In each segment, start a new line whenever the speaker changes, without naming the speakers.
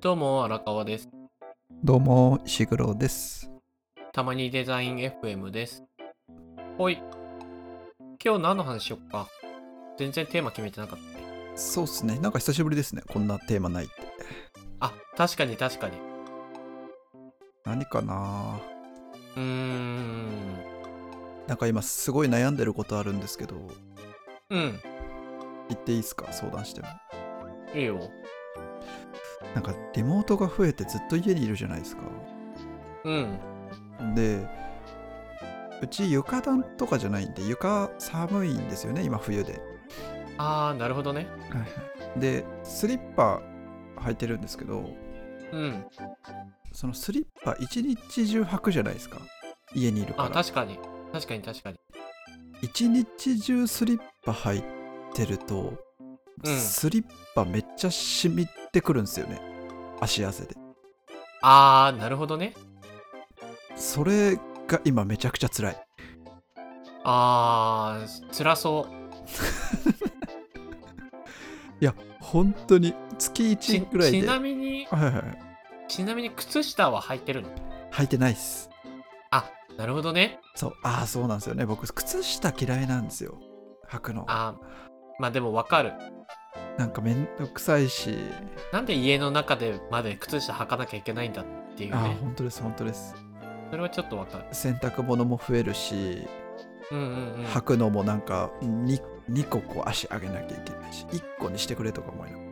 どうも荒川です
どうも、石黒です。
たまにデザイン FM ですほい今日何の話しよっか全然テーマ決めてなかっ
そうっすね。なんか久しぶりですね。こんなテーマないって。
たあ確かに確かに
何かな
うーん
なんか今すごい悩んでることあるんですけど、
うん
言っていいっすか相談しても。
いいよ
なんかリモートが増えてずっと家にいるじゃないですか。
うん
で、うち床暖とかじゃないんで、床寒いんですよね、今冬で。
あーなるほどね
で、スリッパ履いてるんですけど、
うん
そのスリッパ一日中履くじゃないですか。家にいるか
あ
ら。
確かに確かに確かに
一日中スリッパ履いてると、
うん
スリッパめっちゃ染みてくるんですよね足汗で
あーなるほどね
それが今めちゃくちゃ辛い
あー辛そう
いや本当に月
ち
1ぐらい
ち
で
な
はい
みに
はいはい
ちなみに靴下は履いてるの
履いてないっす
あなるほどね
そうああそうなんですよね僕靴下嫌いなんですよ履くの
あーまあでもわかる
なんかめんどくさいし、
なんで家の中でまで靴下履かなきゃいけないんだっていう
ああ
ね
本当です本当です
それはちょっとわかる
洗濯物も増えるし
うんうんうん
履くのもなんか 2, 2個こう足上げなきゃいけないし1個にしてくれとか思いながら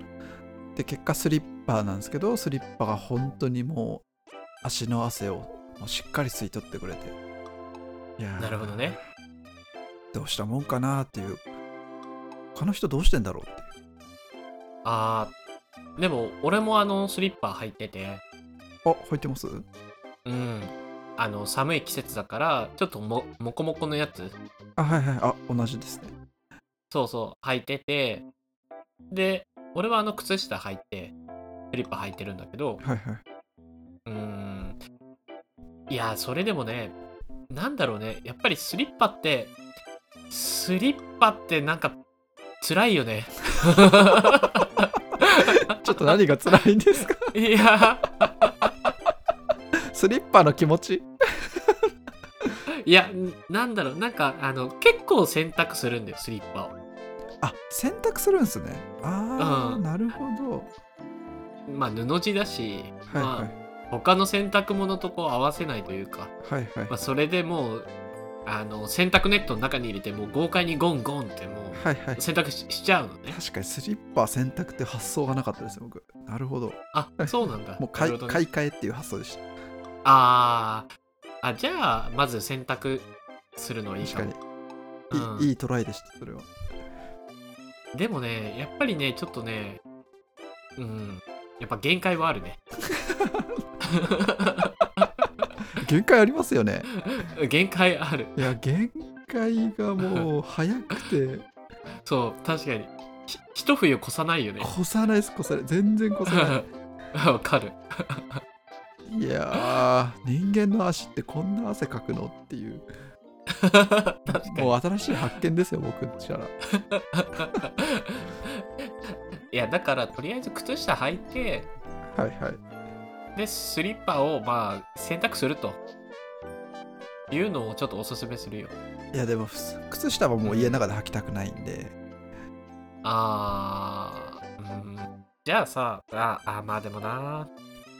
で結果スリッパなんですけどスリッパが本当にもう足の汗をもうしっかり吸い取ってくれていやー
なるほどね
どうしたもんかなっていう他の人どうしてんだろうっていう
あーでも俺もあのスリッパ履いてて
あ履いてます
うんあの寒い季節だからちょっとももこもこのやつ
あはいはいあ同じですね
そうそう履いててで俺はあの靴下履いてスリッパ履いてるんだけど
はいはい う
ーんいやそれでもねなんだろうねやっぱりスリッパってスリッパってなんか辛いよね
ちょっと何が辛いんですか
いや
スリッパの気持ち
いやなんだろうなんかあの結構選択するんだよスリッパを
あ洗濯するんですねああ、
うん
なるほど
まあ布地だし、
はいはい、
まあ、他の洗濯物とこう合わせないというか、
はいはい
まあ、それでもうあの洗濯ネットの中に入れてもう豪快にゴンゴンっても
はいはいう
洗濯ししちゃうのね
確かにスリッパ選択って発想がなかったですよ僕なるほど
あそうなんだ
もう買い,、
なるほどね
買い替えっていう発想でした
あーあじゃあまず選択するのはいい
確
か
か
も
にいい,、
うん
いいトライでしたそれは
でもねやっぱりねちょっとねうんやっぱ限界はあるね
限界ありますよね
限界ある
いや限界がもう早くて
そう確かにひ一冬越さないよね
越さないです越さない全然越さ な
わかる
いいやー人間の足ってこんな汗かくのっていう
確かに
もう新しい発見ですよ僕したら
いやだからとりあえず靴下履いて
はいはい
でスリッパをまあ選択するというのをちょっとおすすめするよ
いやでもふす靴下はもう家の中で履きたくないんで
あーうんじゃあさああまあでもな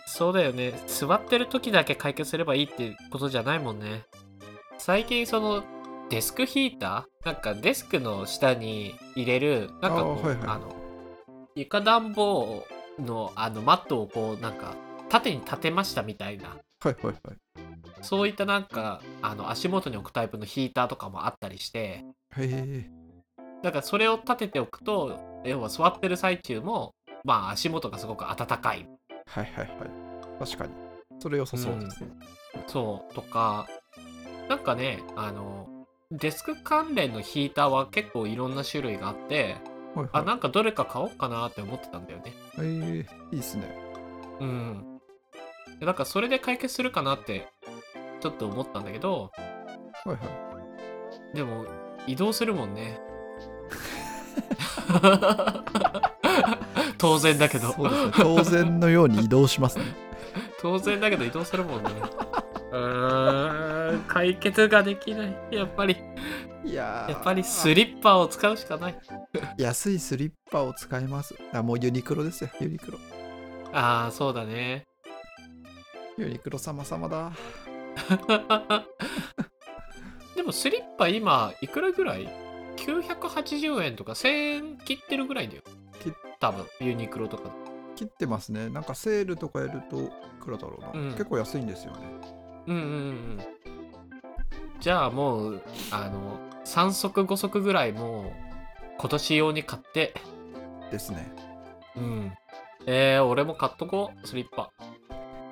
そうだよね座ってる時だけ解決すればいいってことじゃないもんね最近そのデスクヒーターなんかデスクの下に入れるなんかこう
あー
あ,、
はいはい
の床暖房のあのマットをこうなんか縦に立てましたみたいな
はいはいはい
そういったなんかあの足元に置くタイプのヒーターとかもあったりして
へえ
だからそれを立てておくと要は座ってる最中もまあ足元がすごく暖かい
はいはいはい確かにそれ良さそうですね、
そうとかなんかねあのデスク関連のヒーターは結構いろんな種類があって
はいはい
あなんかどれか買おうかなって思ってたんだよね
えいいっすね。
うんだからそれで解決するかなってちょっと思ったんだけど
はいは
でも 移動するもんね当然だけど
そうですね当然のように移動しますね
当然だけど移動するもんね うーん解決ができないやっぱり
いやー
やっぱりスリッパを使うしかない
安いスリッパを使いますあもうユニクロですよユニクロ
ああそうだね
ユニクロ様様だ
でもスリッパ今いくらぐらい ?980 円とか1000円切ってるぐらいだよ
切っ
多分ユニクロとか
切ってますねなんかセールとかやるといくらだろうな、
うん
結構安いんですよね
うんうんうんじゃあもうあの3足5足ぐらいもう今年用に買って
ですね
うんえー、俺も買っとこうスリッパ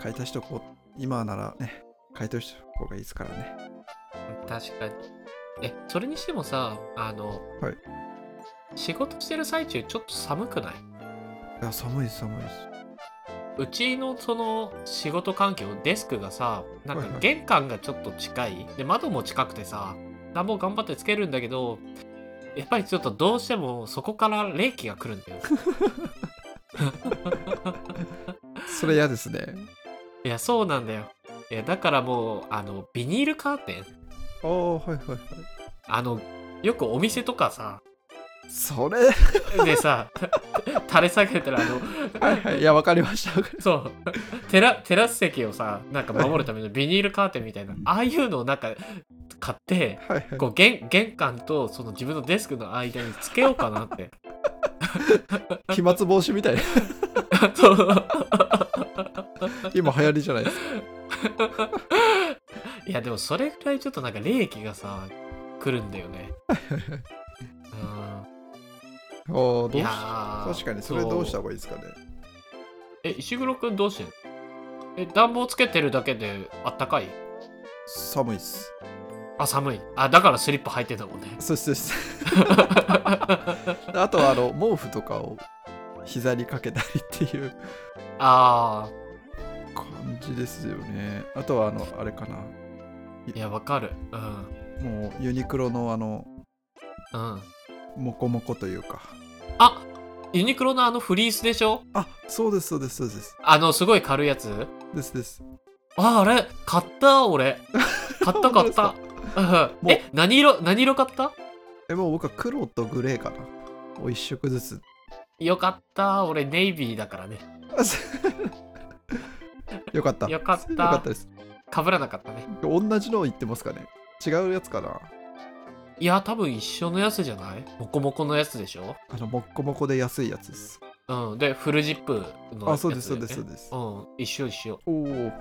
買い足しとこう今ならね買い足しとこうがいいですからね
確かにえそれにしてもさあの、
はい
仕事してる最中ちょっと寒くない
いや寒いです寒いです
うちのその仕事環境デスクがさなん
はいは
か
い
玄関がちょっと近い、で窓も近くてさ暖房頑張ってつけるんだけどやっぱりちょっとどうしてもそこから冷気が来るん だよ
それ嫌ですね
いやそうなんだよいやだからもうあのビニールカーテン
ああはいはいはい
あのよくお店とかさ
それ
で さ垂れ下げたらあの
はいはいいやわかりましたわかり
そうテラテラス席をさなんか守るためのビニールカーテンみたいなああいうのをなんか買って
はいはい
こう玄玄関とその自分のデスクの間につけようかなって
飛沫防止みたいな
そう
今流行りじ ゃないですか
いやでもそれぐらいちょっとなんか冷気がさ来るんだよねう
ああどう
い
んし
やー
確かにそれどうした
そ
方がいいですかね
え石黒くんどうしてんのえ暖房つけてるだけであったかい
寒いっす
あ寒いあだからスリッパ履いてたもんね
そうです そうですであとはあの毛布とかを膝にかけたりっていう
あ
感じですよねあとはあのあれかな
ーいやわかるうん
もうユニクロのあの
うん
モコモコというか
あユニクロのあのフリースでしょ
あそうですそうですそうです
あのすごい軽いやつ
ですです
ああれ買った俺買った買った
本
うんえ何色何色買った
えもう僕は黒とグレーかなを一色ずつ
よかった俺ネイビーだからね
あす よかった
よかった
よかったです
被らなかったね
同じのを言ってますかね違うやつかない
や多分一緒のやつじゃないモコモコのやつでしょ
あのモッコモコで安いやつです
うんでフルジップのやつだよね
あそうですそうですそうです
うん一緒一緒
おお
う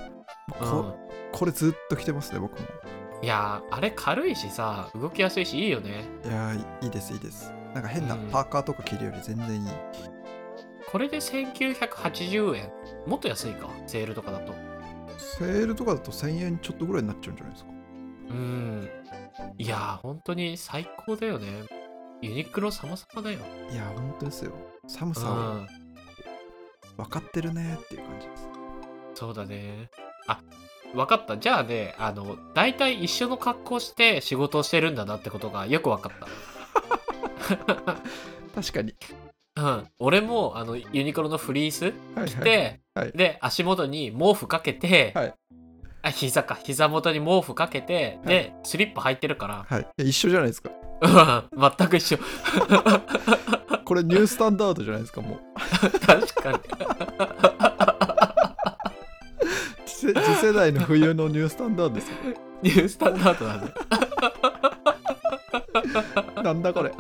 こ
ん
これずっと着てますね僕も
いやーあれ軽いしさ動きやすいしいいよね
いやーいいですいいですなんか変な
うん
パーカーとか着るより全然いい、
これで1980円もっと安いかセールとかだと
セールとかだと1000円ちょっとぐらいになっちゃうんじゃないですか
うんいやー本当に最高だよねユニクロ様々だよ
いやー本当ですよ寒
う
さを
ん
分かってるねっていう感じです
そうだね。あ、わかった。じゃあね、あの、大体一緒の格好して仕事をしてるんだなってことがよくわかっ
確かに
た。うん。俺も、あの、ユニクロのフリース
はい
着
はい
て、
はい
で、足元に毛布かけて、
はい
あ、膝か、膝元に毛布かけて、で、スリッパ履いてるか、
はいいや、一緒じゃないですから
うん、全く一緒。
これニュースタンダードじゃないですかもう
確かに。
次世次世代の冬のニュースタンダードですよ
ニュースタンダードだね。
なんだこれ